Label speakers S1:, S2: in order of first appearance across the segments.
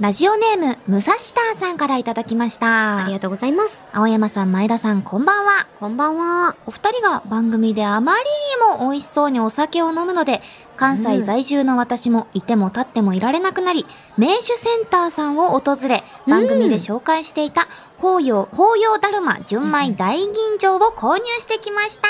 S1: ラジオネーム、ムサシターさんからいただきました。
S2: ありがとうございます。
S1: 青山さん、前田さん、こんばんは。
S2: こんばんは。
S1: お二人が番組であまりにも美味しそうにお酒を飲むので、関西在住の私もいても立ってもいられなくなり、名手センターさんを訪れ、番組で紹介していた、法要、法要だるま純米大吟醸を購入してきました。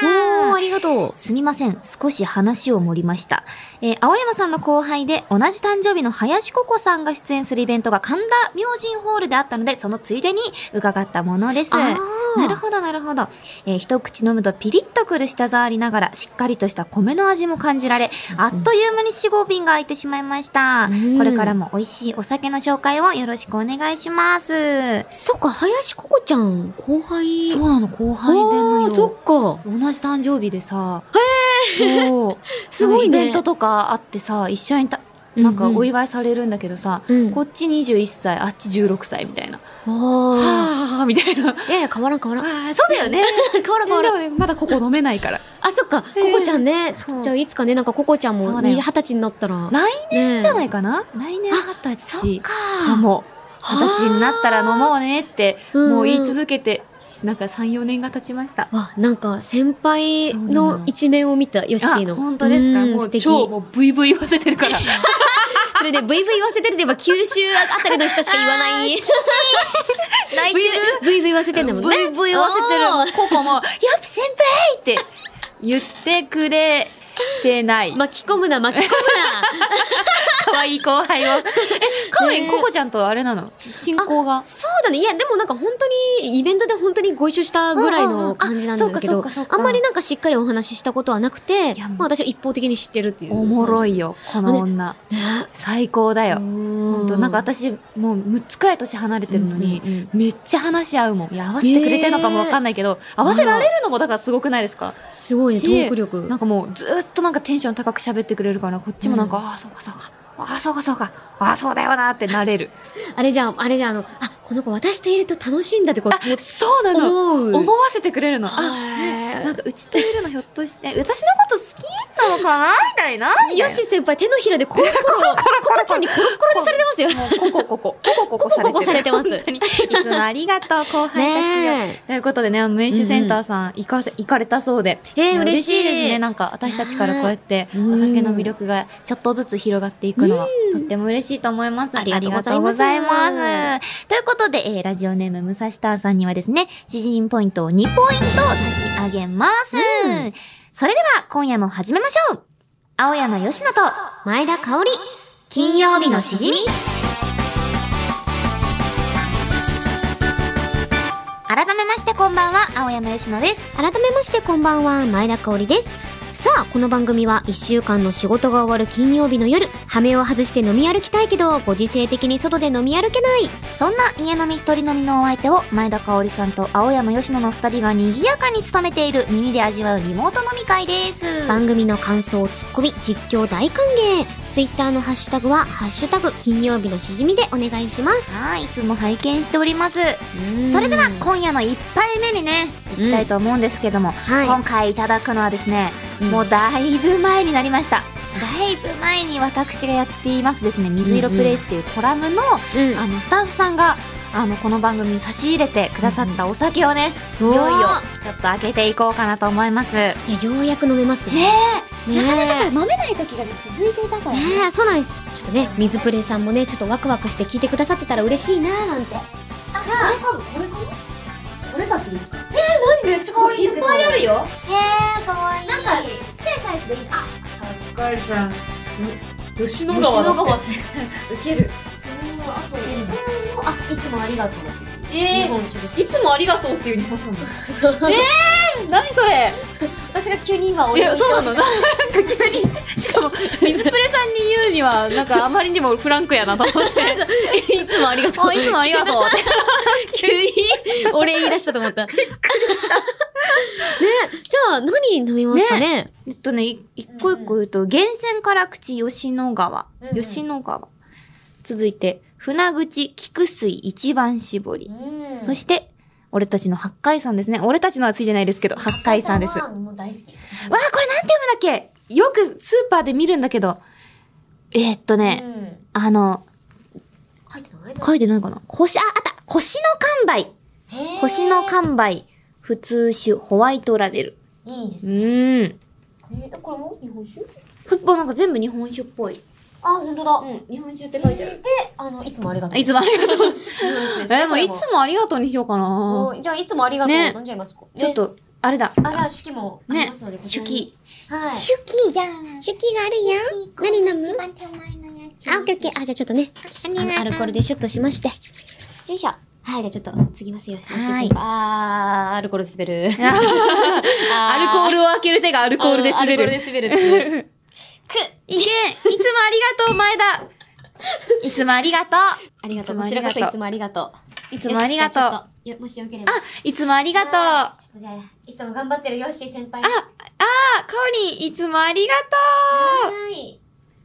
S2: おー、ありがとう。
S1: すみません。少し話を盛りました。えー青山さんの後輩で、同じ誕生日の林ココさんが出演するイベントが神田明神ホールであったので、そのついでに伺ったものです。
S2: あー
S1: なるほど、なるほど。えー一口飲むとピリッとくる舌触りながら、しっかりとした米の味も感じられ、あっという間に4、5瓶が空いてしまいました。
S2: うん
S1: これからも美味しいお酒の紹介をよろしくお願いします。
S2: そっか、林ココちゃん、後輩。
S1: そうなの、後輩での
S2: あ
S1: よ。
S2: ーそっか。
S1: 同じ誕生日でさ、へそう。
S2: すごいね
S1: イベントとかあってさ、一緒にた、なんか
S2: うんうん
S1: お祝いされるんだけどさ、
S2: うん
S1: こっち21歳、あっち16歳みたいな。
S2: あ
S1: はぁ、みたいな。
S2: あ。いやいや、変わらん変わらん。
S1: ああ、そうだよね。
S2: 変わらん変わ
S1: で
S2: らん。
S1: もね、まだここ飲めないから。
S2: あ、そっか、コ
S1: えー
S2: コちゃんね
S1: そ。う
S2: じゃあ、いつかね、なんかココちゃん
S1: そ
S2: も
S1: うだよ
S2: 20 20歳になったら。
S1: 来年
S2: 年
S1: じゃないいかな来年二十歳
S2: か。
S1: かも。二十歳になったら飲もうねって、
S2: うん
S1: もう言い続けて、なんか3、4年が経ちました。
S2: あ、なんか先輩
S1: そうなの
S2: の一面を見た、ヨッシーの。
S1: 本当ですか
S2: うん
S1: も
S2: 素
S1: う
S2: 敵。
S1: 超、もうブイブイ言わせてる から。
S2: それで、ブイブイ言わせてるって言えば、九州あたりの人しか言わない。
S1: 泣いてる
S2: ブイブイ言わせてんだもんね。
S1: ブイブイ言わせてる。ココも、やっぱ先輩って言ってくれてない。
S2: 巻き込むな、巻き込むな。
S1: 可愛い後輩を。え、かおりん、
S2: ね
S1: ココちゃんとあれなの進行が。
S2: そうだね。いや、でもなんか本当に、イベントで本当にご一緒したぐらいの感じなんだけ
S1: うんうんうんあそうか
S2: ど
S1: そうかそう、か
S2: あんまりなんかしっかりお話ししたことはなくて、
S1: いや
S2: まあ私は一方的に知ってるっていう。
S1: おもろ
S2: い。
S1: いよ、この女。最高だよ。ほ
S2: 本
S1: んと、なんか私、もう6つくらい年離れてるのに、
S2: うんうんうん
S1: めっちゃ話し合うもん。いや、合わせてくれてるのかもわかんないけど、合わせられるのもだからすごくないですか
S2: すごいね、ト
S1: し
S2: ーク力
S1: な。んかもうずーっとなんかテンション高く喋ってくれるから、こっちもなんか、
S2: うん
S1: ああ、そうかそうか。ああ、そうかそうか。ああ、そうだよなってなれる。
S2: あれじゃん、あれじゃん、あの、あ、この子私といると楽しいんだってこう、
S1: そうなの。
S2: 思う。
S1: 思わせてくれるの。あ、
S2: は
S1: なんかうちといるのひょっとして、私のこと好きなのかなみたいな。
S2: い。よし先輩、手のひらでコロコロ、ココちゃんにコロコロにされてますよ。
S1: もうここここ、ここここ
S2: ココココされてます
S1: 本当にいつもありがとう、後輩たちよ。
S2: ね
S1: ということでね、名手センターさん、行かせ、行かれたそうで。
S2: え。え
S1: 嬉
S2: ー、嬉
S1: し
S2: し
S1: い
S2: い
S1: ですね。。なんか私たちからこうやって
S2: うん
S1: お酒の魅力がちょっとずつ広がっていくのはとっても嬉しいと思います。
S2: ありがとうございます
S1: ありがとうございますということで、えーラジオネーム武蔵ターさんにはですね、詩人ポイントを2ポイント差し上げます。それでは今夜も始めましょう青山よしのと
S2: 前田香織、
S1: 金曜日のしじみ改めましてこんばんは、青山よしのです。
S2: 改めましてこんばんは、前田香織です。さあ、この番組は1週間の仕事が終わる金曜日の夜、羽目を外して飲み歩きたいけど、ご時世的に外で飲み歩けない。
S1: そんな家飲み一人飲みのお相手を前田香織さんと青山吉野の二人が賑やかに務めている耳で味わうリモート飲み会です。
S2: 番組の感想、ツッコミ、実況大歓迎。ツイッターのハッシュタグは、ハッシュタグ金曜日のしじみでお願いします。
S1: はい、いつも拝見しております。それでは今夜の一杯目にね、行きたいと思うんですけども、
S2: はい。
S1: 今回いただくのはですね、
S2: うん
S1: もうだいぶ前になりました。だいぶ前に私がやっていますですね、水色プレイスというコラムの、
S2: うん
S1: あの、スタッフさんが、あの、この番組に差し入れてくださったお酒をね、い
S2: うん
S1: よいよ、ちょっと開けていこうかなと思います。ね
S2: いやようやく飲めますね。
S1: え
S2: ね
S1: なかなかそう飲めない時がね続いていたからね
S2: ねえそうなんです。ちょっとね、水プレイさんもね、ちょっとワクワクして聞いてくださってたら嬉しいなーなんて。
S1: あこれかもこれかもこれたちですかえー、何めっちゃ可愛いいっぱいあるよ
S2: えー、かわいい。
S1: なんかちっちゃいサイズでいいあ高いじゃん吉野
S2: 川だって
S1: ってウケるあと
S2: あ、いつもありがとう。
S1: え
S2: 本酒です。
S1: いつもありがとうっていう日本酒なんだえー、何それ
S2: 私が急に今
S1: いやそうなのなんか急にしかも水プレさんに言うにはなんかあまりにもフランクやなと思って
S2: いつもありがとう。
S1: あいつもありがとうって
S2: 急にお礼言い出したと思った。ね、じゃあ何飲みますかね。
S1: えっとね、い一個一個言うと、源泉辛口吉野川、
S2: うんうん
S1: 吉野川。続いて、船口菊水一番絞り。そ
S2: て
S1: して、俺たちの八海山ですね。俺たちのはついてないですけど、八海山です。わあ、こ
S2: もう大好き。
S1: れなんて読むんだっけよくスーパーで見るんだけど。えーっとね、あの、
S2: 書いてない
S1: 書いてないかな腰、あ、あった腰の完売腰の
S2: か
S1: 完売普通酒ホワイトラベル。
S2: いいで
S1: う
S2: すね。
S1: ーん。
S2: えー、これも日本酒
S1: ふっなんか全部日本酒っぽい。
S2: あ、ほんとだ。
S1: ん、日本酒って
S2: えーで、あの、いつもありがとう。
S1: いつもありがとう。
S2: 日本酒ですね
S1: え、もうい
S2: こ
S1: つもありがとうにしようか
S2: れも
S1: な。
S2: おじゃあ、いつもありがとう。
S1: ね
S2: 飲んじゃいますか。
S1: ちょっ
S2: ね。
S1: と、あれだ。
S2: あ、じゃあ、式もありますので、こち
S1: 手
S2: らに
S1: 記。。
S2: はい。
S3: シュキじゃん。
S2: 手記があるや何 飲む
S3: 一番手前のやつ。
S2: あ、オッケーオッケー。あ、じゃあちょっとね、あのアルコールでシュッとしまして。よいしょ。はい、じゃあちょっと、次ますよ。
S1: はい
S2: あー、アルコールで滑る。
S1: アルコールを開ける手がアルコールで滑
S2: アル
S1: る。
S2: コールで滑るっていう。
S1: く、いけんいつもありがとう、前田 いつもありがとう
S2: ありがとう。
S1: いつも
S2: こ
S1: あ
S2: ち
S1: り
S2: ら
S1: がとう
S2: こそいつもありがとう。
S1: いつもありがとう
S2: よしじゃあちょっとよもしよければ。
S1: あ、いつもありがとうあ
S2: あ、ちょっとじゃあ、いつも頑張ってるヨッシー先輩。
S1: あ、かおりん、いつもありが
S2: は
S1: とう
S2: ーい。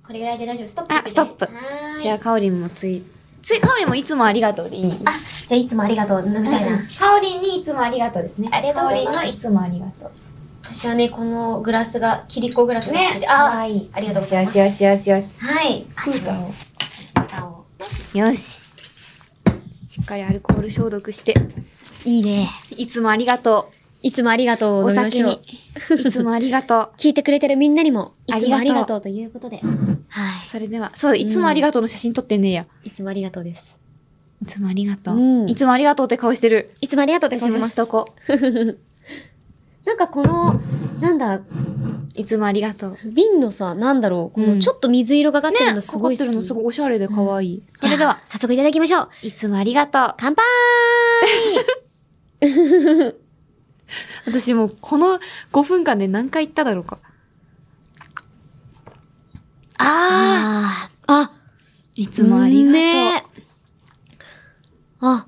S2: これぐらいで大丈夫。ストップ
S1: あ
S2: って言ってね。
S1: ストップ
S2: はーい。
S1: じゃあ、かおりんもつい、つい、かおりんもいつもありがとうでいい
S2: あ、じゃあいつもありがとう、みたいな。
S1: かおりんにいつもありがとうですね。
S2: ありがとうございます
S1: かおりんのいつもありがとう。
S2: 私はね、このグラスが、キリコグラスが好きで、
S1: か
S2: あ
S1: わいい。
S2: ありがとうございます
S1: よしよしよしよ
S2: はい。あ、
S1: し。
S2: ちょっと、
S1: よし。しっかりアルコール消毒して、
S2: いいね。
S1: いつもありがと
S2: いつもありがと
S1: う。
S2: う。
S1: お酒
S2: 飲みま
S1: に
S2: しょ。
S1: いつもありがとう。
S2: う。聞いてくれてるみんなにも、いつも
S1: あ
S2: あ
S1: り
S2: り
S1: が
S2: が
S1: と
S2: とうということで。は
S1: それでは、そう、いつもありがとうの写真撮ってねえや。
S2: い。いつもありがとうです。
S1: いつもありがとう。
S2: うん
S1: いつもありがとうって顔してる。
S2: いつもありがとうって
S1: 私もしとこう。
S2: なんかこの、なんだ、
S1: いつもありがとう。
S2: 瓶のさ、なんだろう、こ
S1: う
S2: の
S1: ん
S2: ちょっと水色がかってる
S1: ね、
S2: のすごい好
S1: か
S2: き。
S1: かってるのすごいおしゃれで可愛い。そ
S2: そ
S1: れ
S2: れ
S1: で
S2: で
S1: は
S2: は、、早速いただきましょう。
S1: いつもありがとう。
S2: 乾杯
S1: 私もうこの5分間で何回言っただろうか。ああ
S2: あーあ、
S1: いつもありがとう。ね
S2: とう。あ、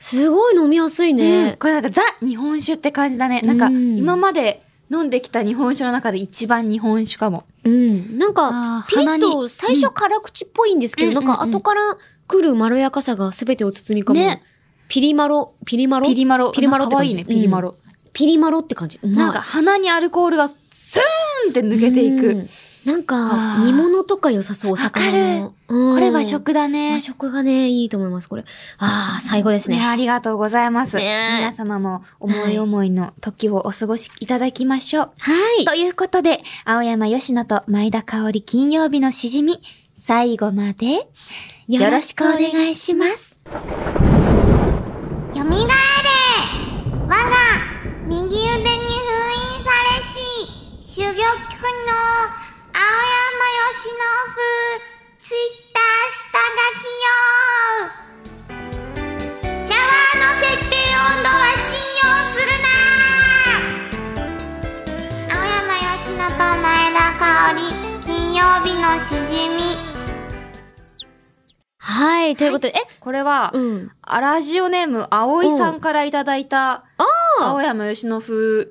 S2: すごい飲みやすいね。
S1: これなんかザ日本酒って感じだね。なんか
S2: うん
S1: 今まで飲んできた日本酒の中で一番日本酒かも。
S2: うん。なんか、
S1: あ
S2: ピリッと最初辛口っぽいんですけど、
S1: うん
S2: なんか
S1: うんうんうん
S2: 後から来るまろやかさが全てを包み込む。
S1: ね
S2: ピリマロ、ピリマロ
S1: ピリマロ。
S2: ピリマロって
S1: 可
S2: 感
S1: 愛
S2: じ
S1: いね、ピリマロ。
S2: ピリマロって感じ。うまい
S1: なんか、鼻にアルコールがスーンって抜けていく。
S2: うん。なん
S1: あ
S2: か、
S1: ー
S2: 煮物とか良さそう、お魚の。うん
S1: これ和。食だね。
S2: 和食がね、いいと思います、これ。ああ、最後です
S1: ね
S2: ね。
S1: ありがとうございます。
S2: ね
S1: 皆様も思い思いの時をお過ごしいただきましょう。
S2: はい。
S1: ということで、青山吉野と前田香織金曜日のしじみ、最後までよろしくお願いします。
S3: よみがえれ我が右腕に封印されし珠玉の青山よしの風ツイッター下書きよシャワーの設定温度は信用するな青山よしのと前田香織金曜日のしじみ
S2: はい、ということで、
S1: これは
S2: え、、うん。
S1: あラジオネーム、葵さんからいただいた、
S2: ー
S1: 青山吉野風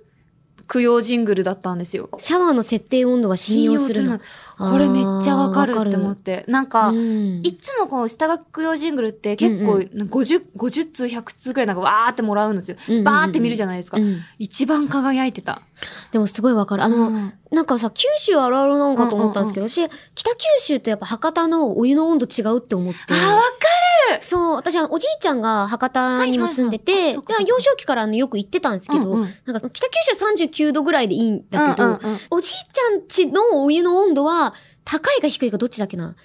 S1: 供養ジングルだったんですよ。
S2: シャワーの設定温度は信用するな。
S1: なこれめっちゃわかるって思っ
S2: か
S1: て。なんか、
S2: うん
S1: いつもこう、下書き供養ジングルって結構、
S2: う
S1: 50、
S2: ん
S1: 50通、100通くらいなんかわーってもらうんですよ。
S2: うんうんうん
S1: バーって見るじゃないですか。
S2: うん
S1: 一番輝いてた。
S2: でもすごいわかる。あの、
S1: うん
S2: なんかさ、九州あるあるなのかと思ったんですけど、私、北九州とやっぱ博多のお湯の温度違うって思って。
S1: あ、わ
S2: そう、私はおじいちゃんが博多にも住んで
S1: はいはいはいあ
S2: て、
S1: そっ
S2: だ
S1: か
S2: から幼少期からあのよく行ってたんですけ
S1: かる
S2: ど、なんか北九州39度ぐらいでいいんだけど、
S1: うんうんうん
S2: おじいちゃんちのお湯の温度は高いか低いかどっちだっけな。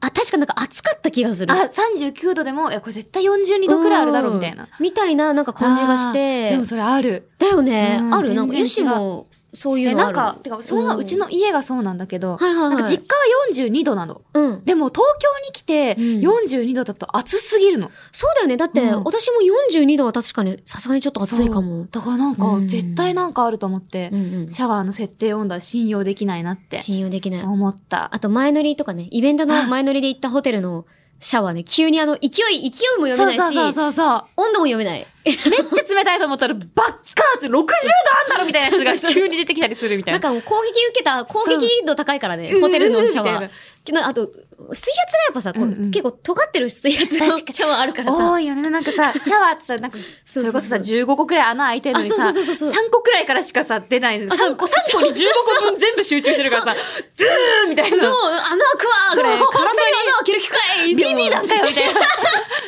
S2: あ、確かなんか暑かった気がする。
S1: あ、39度でも、いや、これ絶対42度くらいあるだろうみたいな。
S2: みたいななんか感じがして。
S1: でもそれある。
S2: だよね。
S1: うん
S2: あるなんか、
S1: 全然違う
S2: ヨシも、そういう
S1: え、
S2: の
S1: な
S2: あ
S1: ん
S2: る。
S1: か、てか、そのうちの家がそうなんだけど、
S2: はいはい
S1: な
S2: は
S1: ん
S2: い。
S1: か実家は42度なの。
S2: うん。
S1: でも東京に来て、
S2: う
S1: 42度だと暑すぎるの。
S2: そうだよね。だって、
S1: うん
S2: 私も42度は確かに、さすがにちょっと暑いかも。
S1: だからなんか、
S2: うん
S1: 絶対なんかあると思って
S2: う、んうん。
S1: シャワーの設定温度は信用できないなって
S2: 信用できない。
S1: 思った。
S2: あと、前乗りとかね、イベントの前乗りで行ったホテルのシャワーね、急にあの、勢い、勢いも読
S1: そう
S2: めな
S1: そうそ
S2: いうし、
S1: そうそう。
S2: 温度も読めない。
S1: めっちゃ冷たいと思ったら、バッカーって60度あんだろみたいなやつが急に出てきたりするみたいな。
S2: なんかもう攻撃受けた、攻撃度高いからね、
S1: うん
S2: ホテルのシャワ
S1: みたい
S2: ー
S1: な。
S2: なあと、水圧がやっぱさ、こう
S1: うんうん
S2: 結構尖ってる水圧の
S1: 確か
S2: シャワーあるからさ。
S1: 多いよね。なんかさ、シャワーってさ、なんか、そ
S2: そうそうそう
S1: れこそさ、15個くらい穴開いてるの
S2: あ、
S1: に
S2: そう
S1: さ、
S2: そう
S1: 3
S2: そうそう。
S1: 個くらいからしかさ、出ないの。
S2: あそう
S1: 3個、3個に15個分全部集中してるからさ、ズーンみたい
S2: そう、
S1: な。
S2: 穴開くわーぐらい。
S1: そう
S2: 体に穴開ける機会
S1: BB なんかよみたい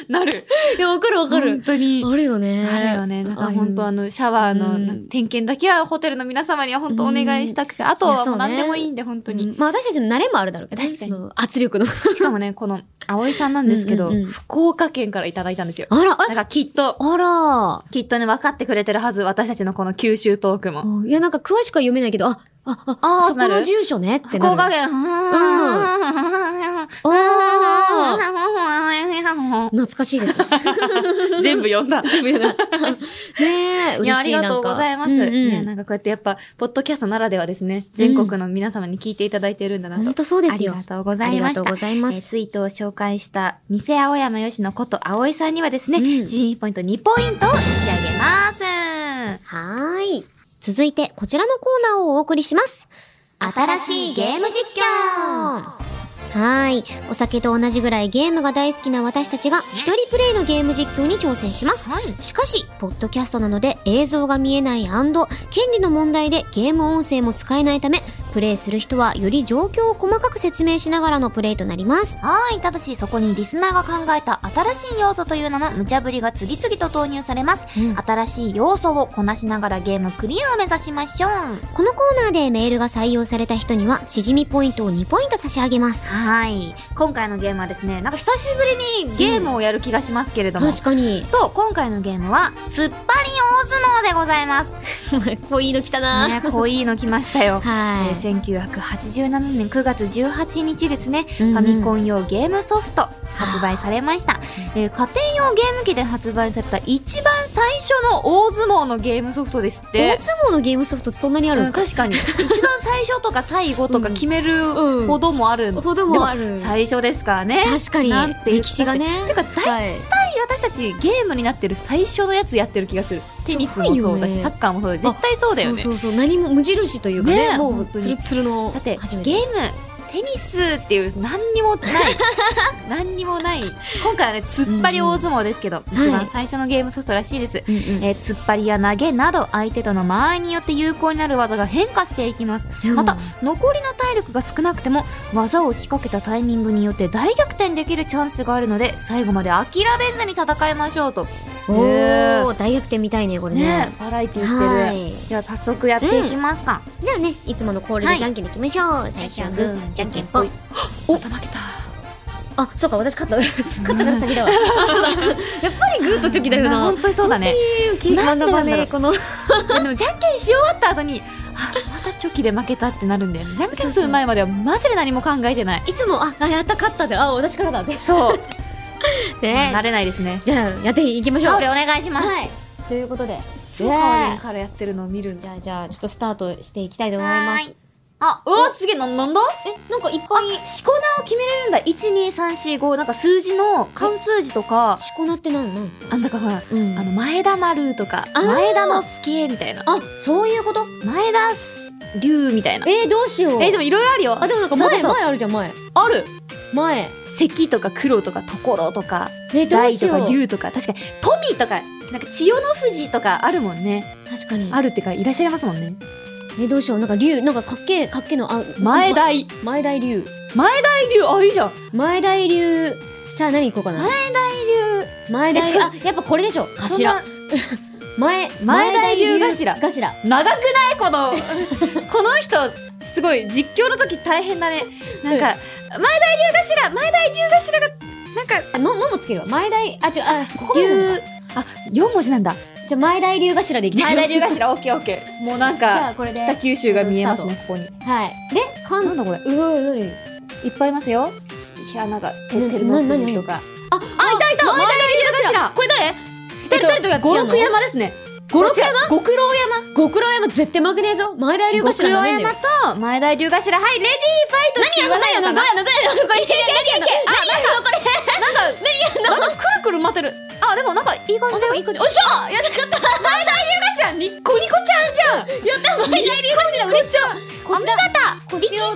S1: な。なる。
S2: いや、わかるわか
S1: 本
S2: る。
S1: 当に。
S2: あるよね。
S1: あるよね。なんか本当あ
S2: の、
S1: の、シャワーの
S2: うん
S1: なんか点検だけはホテルの皆様には本当お願いしたくて、あと
S2: いや
S1: は
S2: そ
S1: も
S2: う
S1: う何
S2: ね
S1: でもいいんで、本当に。
S2: うんまあ私たちの慣れもあるだろうけどね、
S1: 確かに
S2: その圧力の。
S1: しかもね、この、葵さんなんですけど、
S2: うんうんうん
S1: 福岡県からいただいたんですよ。
S2: あら、
S1: なんかきっと、
S2: あら
S1: きっとね、分かってくれてるはず、私たちのこの九州トークも。
S2: あいや、なんか詳しくは読めないけど、あ、あ、あ、
S1: あー
S2: そこ
S1: な
S2: の
S1: る
S2: 住所ねって
S1: 福
S2: なる。
S1: 岡県、うーん。
S2: あー懐かしいですね。
S1: 全部読んだ。
S2: ね
S1: いや、
S2: え、嬉
S1: あ
S2: しい
S1: り
S2: なん
S1: が
S2: か。
S1: とうございます。
S2: うんうん
S1: いや、なんかこうやってやっぱ、ポッドキャストならではですね、全国の皆様に聞いていただいているんだなと。
S2: 本当そうですよ
S1: あり。がとうござ
S2: あり
S1: いまし
S2: がとう
S1: た
S2: ご。ざいま
S1: えー
S2: す。
S1: ツイートを紹介した、偽青山よしのこと、葵さんにはですね、
S2: うん
S1: 自信ポイント2ポイントを差し上げます。
S2: はーい。続いて、こちらのコーナーをお送りします。
S3: 新しいゲーム実況
S2: はーい。お酒と同じぐらいゲームが大好きな私たちが、一人プレイのゲーム実況に挑戦します。しかし、ポッドキャストなので映像が見えない権利の問題でゲーム音声も使えないため、プレイする人はより状況を細かく説明しながらのプレイとなります。
S1: はい。ただし、そこにリスナーが考えた新しい要素という名の無茶ぶりが次々と投入されます。新しい要素をこなしながらゲームクリアを目指しましょう。
S2: このコーナーでメールが採用された人には、しじみポイントを2ポイント差し上げます。
S1: はい。今回のゲームはですね、なんか久しぶりにゲームをやる気がしますけれども。
S2: 確か に。
S1: そう、今回のゲームは、突っ張り大相撲でございます。ね、
S2: こういいの来たな
S1: こういいの来ましたよ。
S2: は
S1: えー
S2: い。
S1: 1987年9月18日ですね、
S2: うんうん
S1: ファミコン用ゲームソフト発売されました、えー家庭用ゲーム機で発売された一番最初の大相撲のゲームソフトですって
S2: 大相撲のゲームソフトってそんなにあるん
S1: う
S2: で
S1: ん
S2: すか、
S1: 確かに一番最初とか最後とか決めるほどもある、
S2: ほどもある。
S1: 最初ですからね
S2: 確かに
S1: なんて言ったって
S2: 歴史がね。
S1: てか大
S2: はい。
S1: 体私たちゲームになってる最初のやつやってる気がするテニスも
S2: す
S1: そ
S2: ごいよ
S1: う
S2: ね
S1: だし、サッカーもそうだし絶対そうだよね
S2: そうそうそう何も無印というか
S1: ね
S2: ね
S1: え
S2: も
S1: 本
S2: う
S1: 当に
S2: ツルツルの
S1: だって
S2: 初め
S1: ゲームテニスっていう何にも ない何にもない今回はね突っ張り大相撲ですけど、
S2: はい
S1: 一番最初のゲームソフトらしいです、
S2: うんうん
S1: えー突っ張りや投げなど相手との間合いによって有効になる技が変化していきます
S2: うん
S1: また残りの体力が少なくても技を仕掛けたタイミングによって大逆転できるチャンスがあるので最後まで諦めずに戦いましょうと
S2: おお大逆転みたいねこれ
S1: ね
S2: ね
S1: バラエティーしてる、
S2: はい
S1: じゃあ早速やっていきますか、
S2: じゃあねいつもの氷
S1: は
S2: で
S1: い
S2: じゃんけんでいきましょう最初はグーじゃんけんぽん
S1: おまた負けた
S2: あそうか私勝 った勝ったから先 だわあそうだやっぱりグーとチョキだよ
S1: うん
S2: な
S1: 本当にそうだね
S2: なんで
S1: な
S2: だ
S1: んでなんだろ
S2: ね
S1: う
S2: この
S1: いやでもじゃんけんし終わった後にあまたチョキで負けたってなるんだよねじゃんけんする前まではマジで何も考えてない
S2: いつもああやった勝ったであ私からだって
S1: そう
S2: ね
S1: 慣れないです ね
S2: じゃあやっていきましょう
S1: 香りお願いします
S2: はいということで
S1: いつも香りからやってるのを見るん
S2: じ
S1: じゃ
S2: ゃあじゃあちょっとスタートしていきたいと思います
S3: はーい
S1: あうわすげえななんだ
S2: えなんかいっぱい
S1: しこ名を決めれるんだ12345なんか数字の関数字とか
S2: しこなってなんなんですか
S1: あだからほら
S2: うん
S1: あの前田丸とか
S2: あー
S1: 前田の助みたいな
S2: あ、そういうこと
S1: 前田龍みたいな
S2: えー、どうしよう。
S1: えでもいろいろあるよ
S2: あ、でもなんか前、
S1: そうそう
S2: 前あるじゃん、前。
S1: ある
S2: 前。
S1: 関とか黒とか所とか
S2: えー、どう
S1: 大
S2: し
S1: と
S2: よう
S1: か。龍とか確かに富とかなんか千代の富士とかあるもんね
S2: 確かに。
S1: あるってかいらっしゃいますもんね
S2: えー、どうしよう。なんか竜、なんかかっけえ、かっけえの、あ、
S1: 前
S2: ま。
S1: 大
S2: 前大竜。
S1: 前大龍あいいじゃん
S2: 前大竜。さあ、何行こうかな。前大
S1: え
S2: 竜。あ、やっぱこれでしょ。
S1: 大龍
S2: 頭。前、
S1: 前大竜頭
S2: 頭。
S1: 長くないこの この人すごい実況の時大変だねなんか前大龍頭前大龍頭がなんか
S2: あ、の、のもつけるわ。前大、あ、違う、あ、ここまでなの
S1: 龍あ四文字なんだ
S2: じゃあ、前大竜頭でいきた
S1: 前
S2: い。
S1: 大龍
S2: じ
S1: 頭オッケーオッケーもうなん
S2: ゃあ、
S1: か
S2: これで。
S1: 北九州が見えますねここに
S2: はい。で、
S1: な
S2: か
S1: ん
S2: ん、
S1: だこれ
S2: うわ、なに
S1: いっぱいいますよいやなんかて
S2: な
S1: てるの
S2: な
S1: 富士
S2: な
S1: とか
S2: あ、あ、いたいた前大竜頭これ誰誰、誰とやって
S1: 五
S2: やんの
S1: 六山ですね
S2: 五六山
S1: 違う五九郎山
S2: 極郎山絶対負けねえぞ前田龍
S1: 五九
S2: 頭な
S1: 郎
S2: めんだよ
S1: 山と前大龍頭はいレディーファイトって言わないのか
S2: 何やの
S1: な
S2: どうやのどうやのこれいけいけいけいけあいいぞこれ
S1: なんか何やのくるくる待てるあでもなんかいい感じだよいい感じおっしゃやったった前大龍頭ニッコニコちゃんじゃんやった前大龍頭嬉しい
S2: 腰だ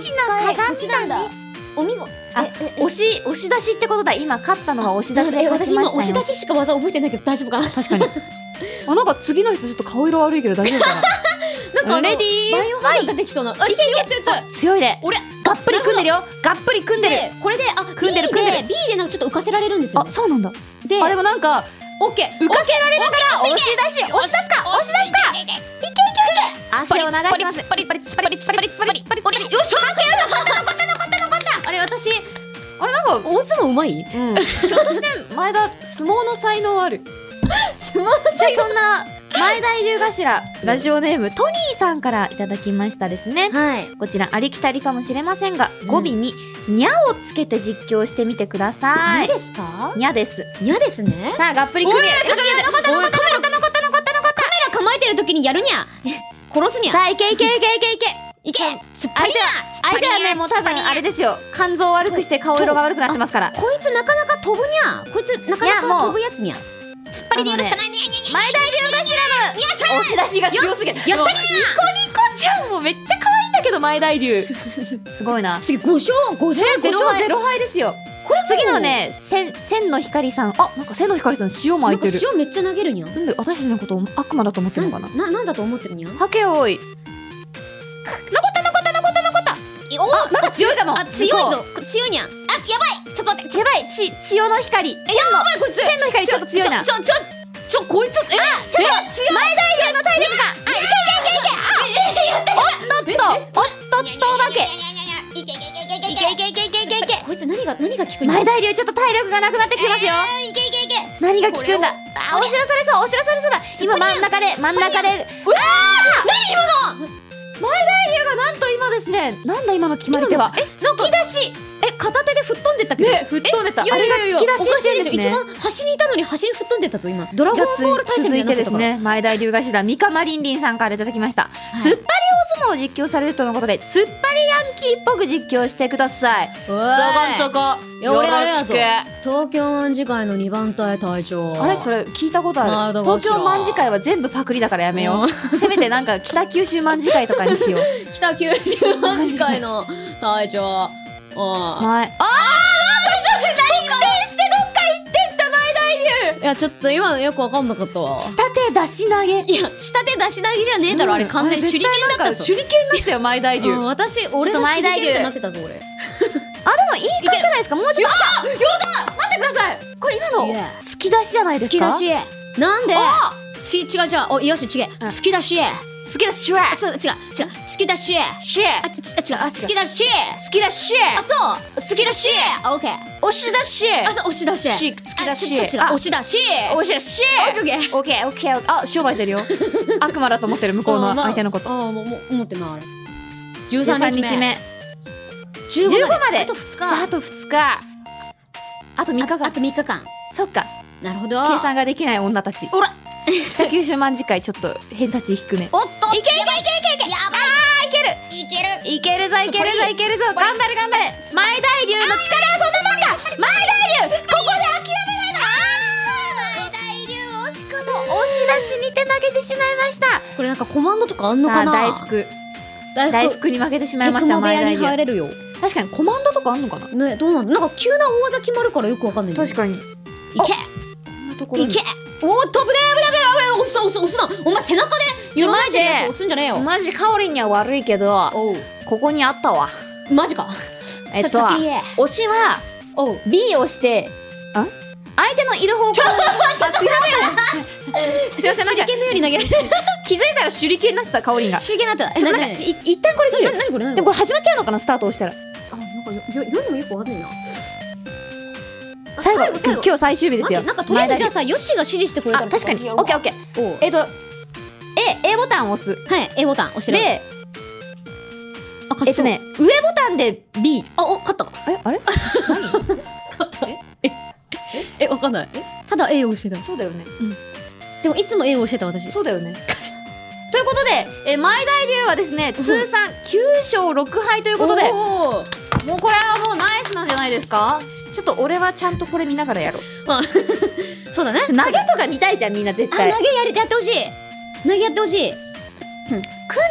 S2: 力士の
S3: 鏡だね
S2: だお見事。
S1: あ
S2: え、え、
S1: 押し、押し出しってことだ。今、勝ったのは押し出しで
S2: え、
S1: 勝
S2: 私
S1: ちま
S2: 今
S1: したよ。
S2: 押し出ししか技覚えてないけど大丈夫かな
S1: 確かに。 あ、なんか次の人ちょっと顔色悪いけど大丈夫 か
S2: なんかあの
S1: レディー
S2: バイオハザード出てきそうな。あ、いけいけ強い強い
S1: な強いで。
S2: 俺、
S1: がっぷり組んでるよがっぷり組んでる
S2: で、これで、あ、
S1: 組んでる
S2: B
S1: 組んで
S2: で、B でなんかちょっと浮かせられるんですよ
S1: あ、。そうなんだ。
S2: で、
S1: あ、でもなんか、
S2: オッケー。
S1: 浮かせられながら
S2: オッケー
S1: 押し出し、押し出すか押し出すか
S2: 出すか
S1: 汗を流します。
S2: パリパリパリパリパリパリパリよし
S1: あれ、私、あれなんか、
S2: 大相撲うまい
S1: うん、ひょっとして前田相撲の才能あ るじゃあそんな前田井流頭ラジオネームトニーさんからいただきましたですね
S2: はい。
S1: こちらありきたりかもしれませんが
S2: うん
S1: 語尾に「にゃ」をつけて実況してみてくださ
S2: いい
S1: い
S2: ですか
S1: にゃです
S2: 嫌ですね。
S1: さあがっぷり組み
S2: ちょっと待って、残った残った残った残った残った残ったカメラ構えてる時にやるにゃ。殺すにゃ。
S1: さあいけいけいけいけいけ
S2: いけ突っ張
S1: 相
S2: り
S1: 手
S2: だ
S1: は相手はねもう多分あれですよ肝臓悪くして顔色が悪くなってますから
S2: こいつなかなか飛ぶにゃこいつなかなか飛ぶやつにゃ突っ張りでやるしかないにゃにゃにゃ
S1: 前田井流頭
S2: にゃしゃ
S1: 押し出しが強すぎる
S2: やったにゃ
S1: ニコちゃんもめっちゃ可愛いんだけど前大流 すごいな
S2: 次5勝5勝
S1: ゼ
S2: 0
S1: ロ
S2: 敗
S1: ゼロ敗ですよこれ次のね千千の光さんあなんか千の光さん塩
S2: な
S1: 巻
S2: ん
S1: い
S2: か
S1: てる
S2: 塩めっちゃ投げるにゃ
S1: なんで私たちのことを悪魔だと思ってるのかな
S2: ななんだと思ってるにゃ
S1: はけおい
S2: 残った残った残った残ったお
S1: あなんか強いかも
S2: あ強いぞこ強いにゃあやばいちょっと待ってやばいち
S1: 千代の光千
S2: やばいこいつ
S1: の光ちょっと強いな
S2: ちょちょちょちょこいつえちょっと強い前大流の体力が
S1: おっとおっとっとだけ
S3: いけいけいけいけ
S2: い
S3: いけ
S2: けいけいけいけいけいけこいつ何が何が効くにゃ
S1: 前大流ちょっと体力がなくなってきてますよ
S3: いけいけいけ
S1: 何が効くんだあ押し出されそう押し出されそうだ今真ん中で真ん中でうわ何今の前大流がなんと今ですねなんだ今の決まり手は
S2: え突き出しえ片手で吹っ飛んでったけど
S1: ね、吹っ飛んでた。あ
S2: いや
S1: れ
S2: い
S1: が
S2: やいや
S1: 突き出しっていうんですね。
S2: おかしいでしょ一番端にいたのに端に吹っ飛んでったぞ今ドラゴンボール対戦
S1: 続
S2: み
S1: い
S2: た
S1: てで
S2: いになってた
S1: す
S2: から
S1: ね、前大流頭、三釜りんりんさんからいただきました。
S2: い
S1: 突っ張り大相撲を実況されるとのことで、突っ張りヤンキーっぽく実況してください。
S2: お
S1: そこんとこ、よ
S2: 俺あれ
S1: ろ
S2: や
S1: し
S2: ぞ
S1: く。
S2: 東京卍会の2番隊隊長
S1: あれそれ聞いたことあ
S2: あー
S1: る
S2: どうしよう
S1: 東京卍会は全部パクリだからやめようせめてなんか北九州卍会とかにし よう
S2: 北九州卍会の隊長あ
S1: 前あ
S2: いやちょっと今のよくわかんなかったわ
S1: 下手出し投げ
S2: いや下手出し投げじゃねえだろ、あれ完全に手裏剣だった
S1: で
S2: ぞ
S1: 手裏剣だったよ前大流
S2: うん私俺
S1: ちょっと
S2: の
S1: 前
S2: 手裏
S1: 大
S2: 剣
S1: 流
S2: ってなってたぞ
S1: あ、
S2: 俺
S1: でもいい感じじゃないですか。もうちょっと。よだ待ってくださいこれ今の
S2: いや、
S1: 突き出しじゃないですかし。
S2: しなんでち違う違うおよし違え
S1: うん
S2: 突き出し
S1: 突き出し、シュエ
S2: あそう違う違う突き出し
S1: シュエ
S2: あ、ち、ち、あ、違う、
S1: あ違う
S2: 突き出し。
S1: 突き出し、
S2: あ、そう、突き出し。あ、オッケー。
S1: 押し出し、
S2: あ、そう、押し出し。
S1: し突き出し
S2: あちょちょ違う
S1: あ
S2: 押し出し。
S1: 押し出し、
S2: オッケー。
S1: オッケー、オッケー、オッケーあ、塩巻い てるよ。悪魔だと思ってる、向こうの
S2: あまあ
S1: 相手のこと。
S2: あ、もう、もう、思ってない。十三
S1: 13
S2: 日
S1: 日
S2: 目。
S1: 目。
S2: 十
S1: 15まで
S2: あと二
S1: じゃあ、
S2: 日。
S1: あと2日。あと3日
S2: あ
S1: か。
S2: と三日間。
S1: そっか。
S2: なるほど。
S1: 計。算ができない女たち。
S2: おら。
S1: 北九州卍会、ちょっと偏差値低め。
S2: おっと。いけいけいけいけいけ。やばい。
S3: いける
S1: いけるぞいけるぞいけるぞ頑張れ頑張れ前大流の力はそんなもんだ前大流ここで諦めないのあー前大流惜しくも押し出しにて負けてしまいました
S2: これなんかコマンドとかあんの
S1: さ
S2: か
S1: あ
S2: な。
S1: 大。福
S2: 大福。
S1: 大福に負けてしまい
S2: テ
S1: ま
S2: ク
S1: した
S2: ノ部
S1: 前
S2: 屋
S1: 大
S2: に入
S1: 流
S2: れるよ。
S1: 確かにコマンドとかあんのかな
S2: ね、どうなんだ。なんか急な大技決まるからよくわかんない。
S1: 確
S2: か
S1: かに
S2: いけ。
S1: こんなところ
S2: い
S1: に
S2: けおー、飛ぶねー、危ない危ない危ない、押すな、押すな、押すな。お前背中で、
S1: ちょ
S2: よろしいやつ
S1: マジで
S2: 押すんじゃねえよ。
S1: マジカオリンには悪いけど
S2: おう。
S1: ここにあったわ
S2: マジか。
S1: えっと
S2: それ先に言え
S1: 押しは
S2: おう。
S1: B を押してん相手のいる方向にあすいません すいません
S2: 手
S1: なん
S2: 裏
S1: か
S2: 剣のように投げるし。
S1: 気づいたら手裏剣になってたカオリンが
S2: 手裏剣になってた。
S1: ちょっとなんかい一旦これ見
S2: な
S1: る
S2: 何これ何
S1: でも
S2: こ
S1: これ始まっちゃうのかなスタート押したら
S2: れあ、なんかよ、よ、世にもよくわかんないな。あ
S1: 最後
S2: 最後。
S1: 今日最終日です
S2: 待っ
S1: よ
S2: てなんかとりあえず
S1: 前
S2: じゃあさ、ヨッシーが指示してくれた
S1: あ
S2: ら
S1: 確かにオッケーオッケー
S2: ー。おう。
S1: えっと A, A ボタンを押す
S2: はい、A ボタン押してる。
S1: で
S2: あ、勝
S1: えっ
S2: ち
S1: と
S2: そう。
S1: ね上ボタンで B
S2: あ、お、勝った。
S1: えあれ
S2: え、わかんない。ただ A を押してた。
S1: そうだよね
S2: でもいつも A を押してた私。
S1: そうだよねということで、え前大流はですね通算9勝6敗という
S2: と
S1: ことでも
S2: おー
S1: うこれはもうナイスなんじゃないですかちょっと俺はちゃんとこれ見ながらやろう
S2: そうだね。
S1: 投げとか見たいじゃんみんな絶
S2: あ、投げ
S1: 対
S2: やり、やってほしい。投げやってほしい。
S1: 組ん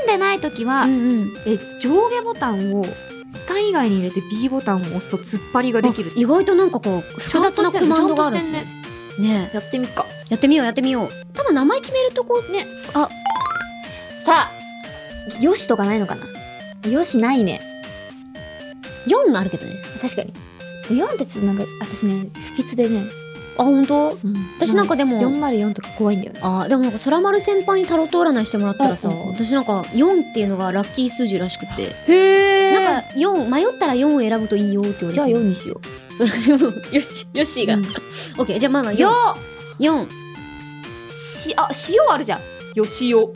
S1: でない時は、
S2: んうん。
S1: え上下ボタンを下以外に入れて B ボタンを押すと突っ張りができる
S2: あ意外となんかこう、複雑なコマンドがあるんです
S1: ちゃんとしてん。
S2: ね
S1: ね
S2: ね
S1: やってみっか
S2: えやってみようやってみよう。多分名前決めるとこ、
S1: ね
S2: あ、
S1: さあよしとかないのかなよしないね
S2: 4あるけどね。
S1: 確かに4ってちょっとなんか私ね不吉でね、
S2: あ、本当
S1: うん
S2: 私なんかでも、
S1: 404とか怖いんだよね
S2: あーでもなんか空丸先輩にタロット占いしてもらったらさ、
S1: うんうんうん
S2: 私なんか4っていうのがラッキー数字らしくて、
S1: へえ
S2: なんか4迷ったら4を選ぶといいよって言われて
S1: じゃあ4にしよ
S2: そうよ しよし
S1: う
S2: が、
S1: うん
S2: オッケーじゃあまあまあ
S1: よ
S2: 4 4
S1: しあ塩あるじゃんよしお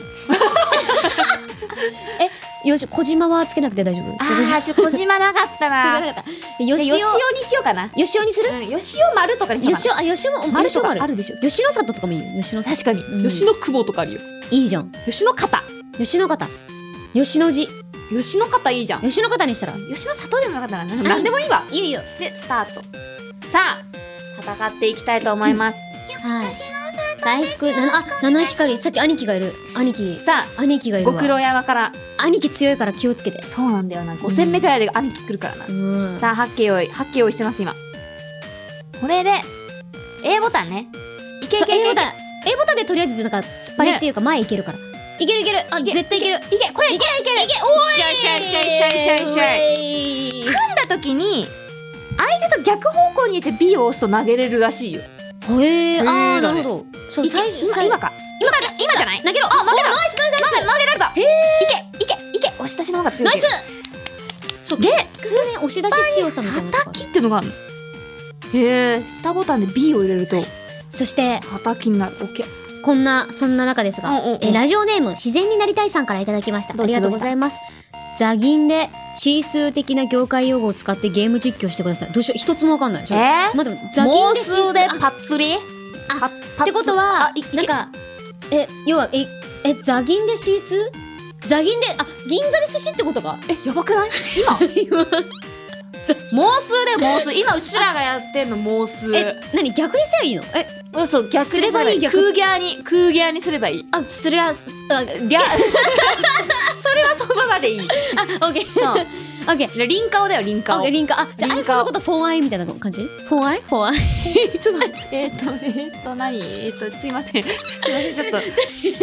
S2: よし小島はつけなくて大丈夫
S1: あちょ小島なかったな よ
S2: でよし
S1: し
S2: お
S1: おにしようかな
S2: よしおにする
S1: うんよしお丸とかに
S2: よ
S1: し
S2: し
S1: よ
S2: おあよしおも
S1: う丸
S2: よし
S1: と
S2: おも
S1: か
S2: あ
S1: あ
S2: る
S1: るでしょ
S2: 吉野里とかもいいよ吉野里
S1: 確かに、
S2: うん
S1: 吉野久保とかあるよ
S2: いいじゃん
S1: 吉野方
S2: 吉野方吉野寺
S1: 吉野方いいじゃん
S2: 吉野方にしたらい
S1: 吉野里でもよかったかな何でもいいわ
S2: いよいいよ
S1: でスタートさあ戦っていきたいと思います、
S2: はい
S3: 私
S2: 回復なあ七光さっき兄貴がいる兄貴
S1: さ
S2: 兄貴が
S1: あ
S2: いる
S1: ご苦
S2: わ
S1: 労山から
S2: 兄貴強いから気をつけて
S1: そうなんだよな5戦目ぐらいで兄貴来るからな、
S2: うん
S1: さあ八景用意八景用意してます今これで A ボタンねいけい
S2: そう
S1: けいけ
S2: A ボタン A ボタンでとりあえずなんか突っ張りっていうか前いけるからいけるいけるあ絶対いける
S1: いけこれいけいけいけおーいしゃいしゃいしゃいしゃいしゃいしゃい
S2: い
S1: 組んだ時に相手と逆方向にいて B を押すと投げれるらしいよ
S2: へえ、
S1: へー
S2: ああ、
S1: だ
S2: な
S1: ね
S2: るほど。そう、
S1: いけ
S2: 最初、
S1: 今
S2: 最
S1: 今か今だ今じゃない
S2: 投げろ。あ、投げた。ナイス、ナイス、ナイス。
S1: 投げられた
S2: へ
S1: いけいけいけ押し出しの方が強い
S2: ナ
S1: け
S2: イ
S1: ど
S2: ス。そう、で、すね、押し出し強さみたいなとこあ
S1: 叩
S2: る。
S1: きってのがあるのへえ下ボタンで B を入れると
S2: そして、
S1: 叩きになる OK
S2: こんな、そんな中ですが、
S1: うんうんうん
S2: え、ラジオネーム、自然になりたいさんからいただきました。
S1: ど
S2: あ
S1: うし
S2: り
S1: た
S2: がとうございます。ザギンで、シースー的な業界用語を使ってゲーム実況してください。どうしよう、一つもわかんない。ちょっと
S1: え
S2: まあ、でも、ザギン
S1: 妄
S2: でシースー
S1: 数で
S2: あ
S1: パッツリ
S2: あ
S1: パッパッツ
S2: ってことは
S1: あいい、け
S2: なんか、え、要は、え、え、ザギンでシースーザギンで、あ、銀座で寿司ってことか。
S1: えやばくない今
S2: 今
S1: 妄数で妄数 今うちらがやってんの妄数
S2: え、何逆にすりゃいいのえ、
S1: うんそう逆にすればいい
S2: すればいい逆
S1: 空ギャーに空ギャーにすればいい
S2: あ、それは、すあ、
S1: ギャーそれはそのままでいい
S2: あ、オッケー。
S1: そう
S2: オッケー。
S1: リンカオだよリン
S2: オ
S1: カ
S2: ッ
S1: オ
S2: ケー、リンカ。あ、じゃあ、
S1: リン
S2: iPhone
S1: カ
S2: のことフォンアイみたいな感じフォンアイフォンアイ。
S1: ちょっとえっ、とえっ、と何えっ、とすいませんすいませんちょ っと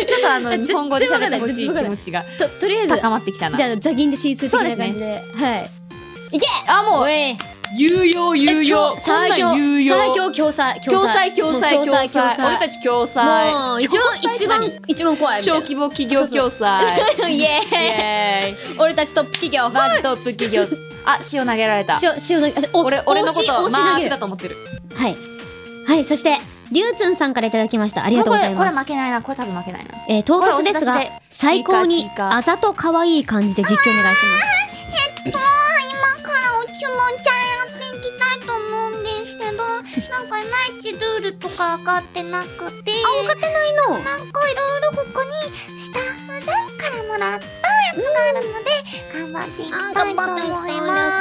S1: ちょっとあの
S2: 全然
S1: 日本語で喋ってほしい気持ちが
S2: と、とりあえず、
S1: 高まってきたな
S2: じゃあ、ザギンでシースー的な
S1: そ
S2: 感じで。はい。
S1: あもう
S2: おい。
S1: 有用有用
S2: 強
S1: こん
S2: 最
S1: なん
S2: 強、
S1: 有
S2: 最
S1: 用
S2: 強、共済、
S1: 共済共済
S2: もう
S1: 共済
S2: 共
S1: 俺たち共済
S2: もう、一番、
S1: 共済
S2: 一番
S1: 何、
S2: 一番怖いみたい
S1: 小
S2: な。
S1: 規模企業共済
S2: イ
S1: イ
S2: エーイ
S1: エーイ
S2: 俺たちトップ企業。
S1: マジトップ企業あ塩投げられた
S2: しお、しおの、あお
S1: 俺俺のこ
S2: 押し
S1: と
S2: 押し
S1: マ
S2: 投
S1: ー
S2: げ
S1: クだ
S2: る。
S1: と思ってる
S2: はい。はい、そして、りゅうつんさんからいただきました。ありがとうござい
S1: これこれ負
S2: ます。
S1: けないなこれ多分負けないな
S2: えー、統括で
S1: こ
S2: すが
S1: れ押し出しで、
S2: 最高
S1: チ
S2: に
S1: ーカーチーカー
S2: あざと可愛い感じで実況お願いし
S3: えっと、今からお注文ちゃんやっていきたいと思うんですけど、なんかいまいちルールとか分かってなくて、
S2: ます。ないの
S3: なんかいろいろここにスタッフさんからもらったやつがあるので、頑張っていきたいと
S2: あ
S3: 思います。
S2: 頑張っていきたいですね
S3: あ、火を投げ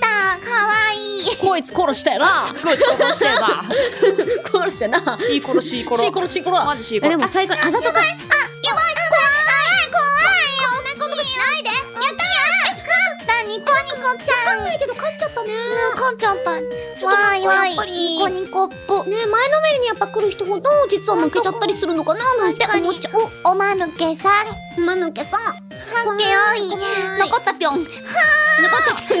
S3: た、かわいい。
S2: こいつ殺したよな
S1: すごい殺してえば
S2: 殺したな。
S1: シーコロシーコロ
S2: シーコロシーコロ
S1: マジシーコ
S2: え、
S1: ロ
S2: でも最高にあざとか、
S3: やばい、怖い、怖い。こんなことしないで。やったやった。ニコニコちゃん。わかんないけど勝っちゃったね。勝っちゃった。わいわい。ニコニコっぽ。
S2: ね、前のめりにやっぱ来る人ほど、実は負けちゃったりするのかな、なんて思っちゃ
S3: お、おまぬけさん。まぬけさん。はっけよい。残ったぴょん。はー。残ったぴょん。残すぴょん。すぴょん。すぴょん。すぴょん。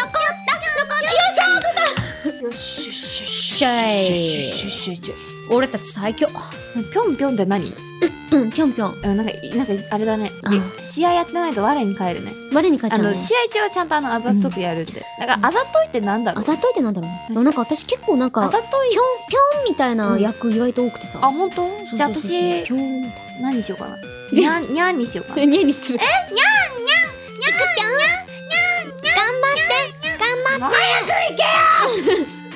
S3: 残った。残った。よいしょ。
S1: よしよしよし
S2: しゃい
S1: よしよしよしよし
S2: う。俺たち最強。
S1: ぴょんぴょんって何
S2: うん、ぴょんぴょん。
S1: あなんかなんかあれだね
S2: あ
S1: 試合やってないと我に返るね
S2: 我に勝っ
S1: あ
S2: ちゃう
S1: の
S2: ね。
S1: 試合中はちゃんとあのあざとくやるって、なんかあざといってなんだろ
S2: あ
S1: う
S2: ざといってなんだろうね。
S1: 確か
S2: で
S1: に
S2: もなんか私結構なん
S1: あ
S2: か、ぴょん、
S1: ざとい
S2: ぴょんみたいな役意外と多くてさ。
S1: あ本当
S2: そう
S1: じゃあ
S2: そうそうそう
S1: 私
S2: ぴょんみたい
S1: 何にしようかなにゃんにゃんにしようか
S2: な。
S1: な
S2: にゃにする。
S3: にゃんにゃんにゃんにゃんにゃん頑張って頑張って早く行けよ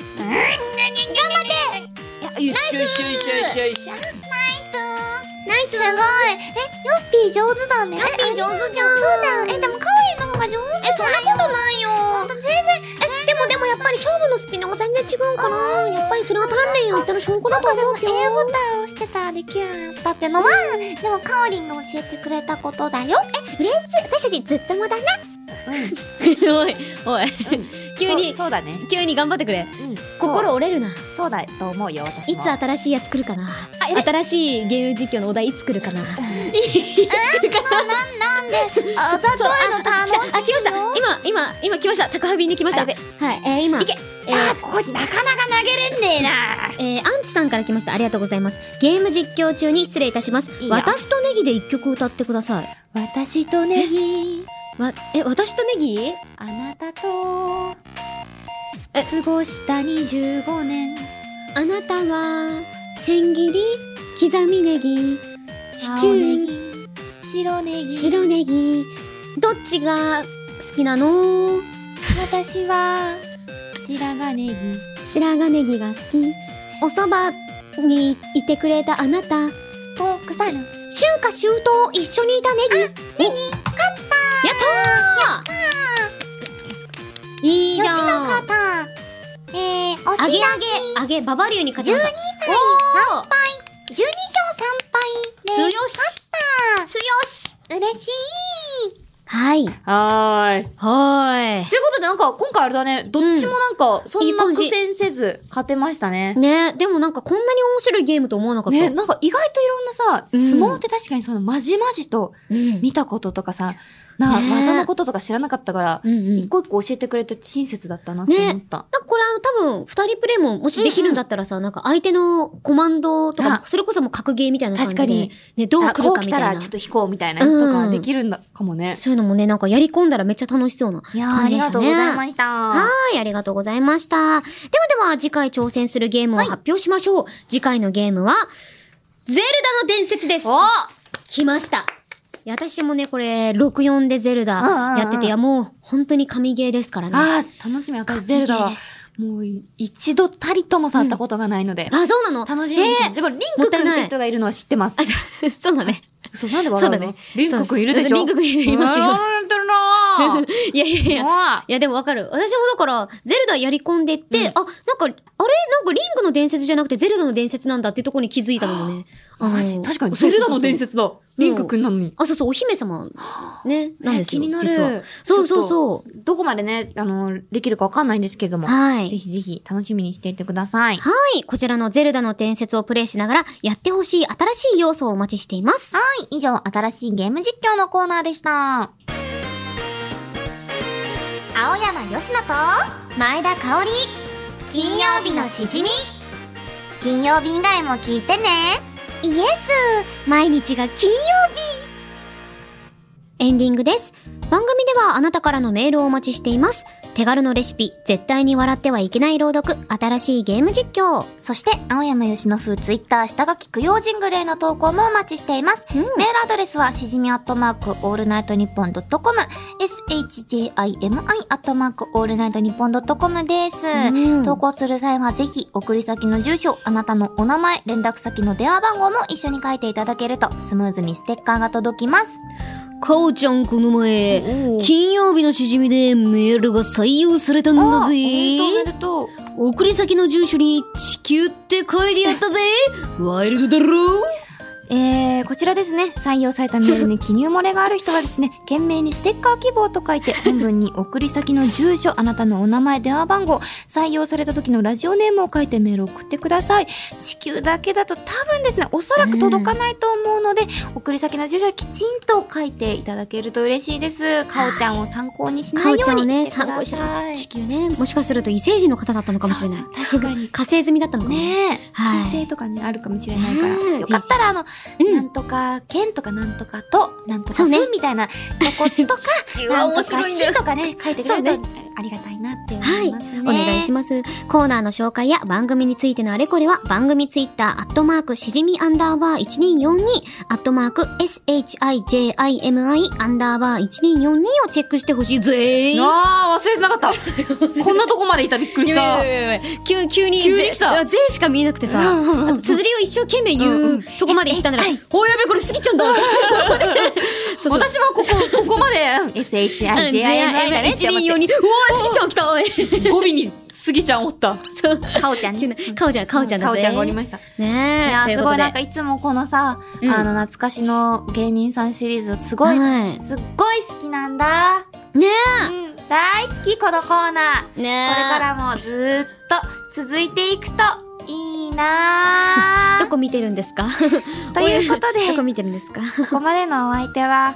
S3: 頑張って
S1: いやよしよしよしよしよしよし
S3: ナイスすごいえ、ヨッピー上手だねヨッピー上 手じゃんそうだえ、でもカオリンの方が上手え、そんなことないよ全然え、でもでもやっ
S2: ぱり勝負のスピードが全然違うから、やっぱりそれは鍛錬やってる証拠だと
S3: で
S2: 思
S3: も
S2: う
S3: A
S2: よ。
S3: ボタンを押してたらできるようになったってのは、でもかおりんが教えてくれたことだよ。え、嬉しい。私たちずっともだね。
S2: おい、おい、急に
S1: そう、そうだね。
S2: 急に頑張ってくれ。
S1: うん。
S2: 心
S1: そう
S2: 折れるな。
S1: そうだと思うよ、私
S2: い
S1: も。
S2: つ新しいやつ来るかな
S1: あ偉い
S2: 新しいゲーム実況のお題いつ来るかな
S3: あざといの楽
S2: 来たあ、
S3: し
S2: 来
S3: い
S2: ました
S3: よ。
S2: 今、今、今来ました宅配便に来ました
S1: あ
S2: は
S1: や
S2: い、えー、今
S1: いけ
S2: えー
S1: あー、ここなかなか投げれんねえな。
S2: えーアンチさんから来ましたありがとうございますゲーム実況中に失礼いたします
S1: いいよ
S2: 私とネギで一曲歌ってください
S1: 私とネギ、
S2: わえ私とネギ
S1: あなたと、過ごした25年。
S2: あなたは千切り刻みネギシチュー
S1: ー。白ネギ。
S2: 白ネギどっちが好きなの
S1: 私は、白髪ネギ。
S2: 白髪ネギが好きおそばにいてくれたあなた
S3: と、草の。
S2: 春夏秋冬一緒にいたネギネギ勝ったやったーいいじ
S3: 吉
S2: ゃん
S3: 野方。えー、お
S2: あげ
S3: し
S2: あ
S3: あ
S2: げあげババリューに勝ちました
S3: 12歳3敗。12勝3敗
S2: 強
S3: で、
S2: し
S3: 勝っ。
S2: 強した
S3: 嬉しい。
S2: はい
S1: はーい。
S2: は
S1: ということで、なんか、今回あれだね、どっちもなんか、そんな苦戦せず、勝てましたね
S2: ーい。ねでもなんかこんなに面白いゲームと思わなかった、
S1: ね、なんか意外といろんなさ、
S2: うん
S1: 相撲って確かにその、まじまじと
S2: うん
S1: 見たこととかさ、な、
S2: ね
S1: 技のこととか知らなかったから、
S2: うんうん
S1: 一個一個教えてくれて親切だったなって思った。
S2: なんかこれあの多分二人プレイももしできるんだったらさ、なんか相手のコマンドとか
S1: あ
S2: それこそもう格ゲーみたいな感じで
S1: 確かに
S2: ねどう
S1: あ
S2: 来る
S1: こう
S2: か
S1: 来
S2: み
S1: た
S2: たい
S1: ら
S2: な
S1: ちょっと引こうみたいなやつと
S2: う
S1: か
S2: ん
S1: できるんだかもね。
S2: そういうのもねなんかやり込んだらめっちゃ楽しそうない
S1: やー、
S2: 感
S1: あり
S2: じでし
S1: が
S2: た
S1: とう
S2: ね
S1: ございました。
S2: はーい、ありがとうございました。ではでは、次回挑戦するゲームを発表しましょう。次回のゲームは、ゼルダの伝説です
S1: お
S2: 来ましたいや私もね、これ、64でゼルダやっ
S1: う
S2: て
S1: んうんうん
S2: て、いや、もう、本当に神ゲーですからね。
S1: あー、楽しみ。私、ゼルダ
S2: 神ゲー
S1: は
S2: で、す
S1: もう、一度たりとも触ったことがないので、
S2: あ、そうなの
S1: 楽しみです、
S2: えー
S1: でも、リン
S2: も
S1: ク
S2: ったい
S1: 君っ
S2: ない
S1: て人がいるのは知ってます。
S2: そうだね。
S1: そう、なんで笑うの
S2: そうだね
S1: リンク君いるでし
S2: そ
S1: ょ
S2: うリンク君いるいますいま
S1: 笑
S2: す
S1: われてるなぁ
S2: いやいやいや。
S1: う
S2: いや、でもわかる。私もだから、ゼルダやり込んでって、
S1: うん
S2: あ、なんか、あれなんかリングの伝説じゃなくてゼルダの伝説なんだっていうところに気づいたのもね。あ
S1: ん
S2: の
S1: マジ確かに、ゼルダの伝説だ。リンク君なのに。
S2: あ、そうそう、お姫様、ね、なんですよ、
S1: えー気になる
S2: 実は。そうそうそう。
S1: どこまでね、あの、できるかわかんないんですけれども。
S2: はい。
S1: ぜひぜひ楽しみにしていてください。
S2: はい。こちらのゼルダの伝説をプレイしながら、やってほしい新しい要素をお待ちしています。
S3: はい、以上、新しいゲーム実況のコーナーでした。青山よしのと、前田香織、金曜日のしじみ。金曜日以外も聞いてね。イエス毎日が金曜
S2: エンディングです。番組ではあなたからのメールをお待ちしています。手軽のレシピ、絶対に笑ってはいけない朗読、新しいゲーム実況。
S3: そして、青山よしの風ツイッター下書き供養ジングルへの投稿もお待ちしています。
S2: うん
S3: メールアドレスは、しじみアットマークオールナイトニッポンドットコム、shjimi アットマークオールナイトニッポンドットコムです。
S2: うん
S3: 投稿する際はぜひ送り先の住所、あなたのお名前、連絡先の電話番号も一緒に書いていただけるとスムーズにステッカーが届きます。
S2: かおちゃんこの前、
S1: おー
S2: 金曜日のしじみでメールが採用されたんだぜ。
S1: おめでとうおめでと
S2: 送り先の住所に地球って書いてやったぜ。ワイルドだろ
S1: う。えー、こちらですね、採用されたメールに記入漏れがある人はですね、懸命にステッカー希望と書いて、本文に送り先の住所、あなたのお名前、電話番号、採用された時のラジオネームを書いてメールを送ってください。地球だけだと多分ですね、おそらく届かないと思うので、送り先の住所はきちんと書いていただけると嬉しいです。かおちゃんを参考にしないようにしてください。
S2: ない地球ね、もしかすると異星人の方だったのかもしれない。
S1: そうそう確かに
S2: 火星済みだったのかも。
S1: ねえ、
S2: はい
S1: 申請とかね、あるかもしれないから、
S2: うん
S1: よかったら、あの、
S2: うん
S1: なんとか、県とかなんとかと、なんと
S2: そ
S1: か
S2: う
S1: ふ
S2: ね
S1: みたいなとこと か、なんとか市とかね、書いてくれる
S2: そ
S1: と、
S2: う
S1: ありがたいなって思
S2: はい
S1: いますね。
S2: お願いします。コーナーの紹介や番組についてのあれこれは番組ツイッターアットマークしじみアンダーバー1242アットマーク shijimi アンダーバー1242をチェックしてほしいぜ
S1: ああ、忘れてなか った。こんなとこまでいた、びっくり
S2: いやいやいやいや急急に
S1: 急に来た
S2: ぜぜしか見えなくてさ
S1: うんうんうん
S2: あと綴りを一生懸命
S1: うん
S2: 言
S1: う
S2: うんとこまで行ったんだら
S1: うん
S2: おやべこれ過ぎ ちゃうんだそうそう
S1: 私もここ、ここまで、
S2: うん
S1: SHIJIMI だねって思っ
S2: JIM1242 うわ過ぎちゃう来た
S1: て、語尾にスギちゃんおった。
S2: そう。
S1: かおちゃん
S2: 急
S1: ね。
S2: なかおちゃん、かおちゃんだぜ。
S1: かおちゃんがおりました。
S2: ねえ。
S1: いや
S2: と
S1: ーす
S2: うこ
S1: ご
S2: と
S1: い
S2: で
S1: なんかいつもこのさ、
S2: うん
S1: あの懐かしの芸人さんシリーズすごい、
S2: はい
S1: すっごい好きなんだ。
S2: ね
S1: うん、大好きこのコーナー。
S2: え。ね
S1: これ
S2: え。
S1: からもずーっと続いていくといいな
S2: どこ見てるんですか
S1: ということで、
S2: どこ
S1: こ
S2: 見てるんですか
S1: こまでのお相手は、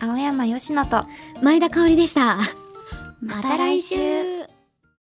S1: 青山よしのと、
S2: 前田香織でした。
S1: また来週。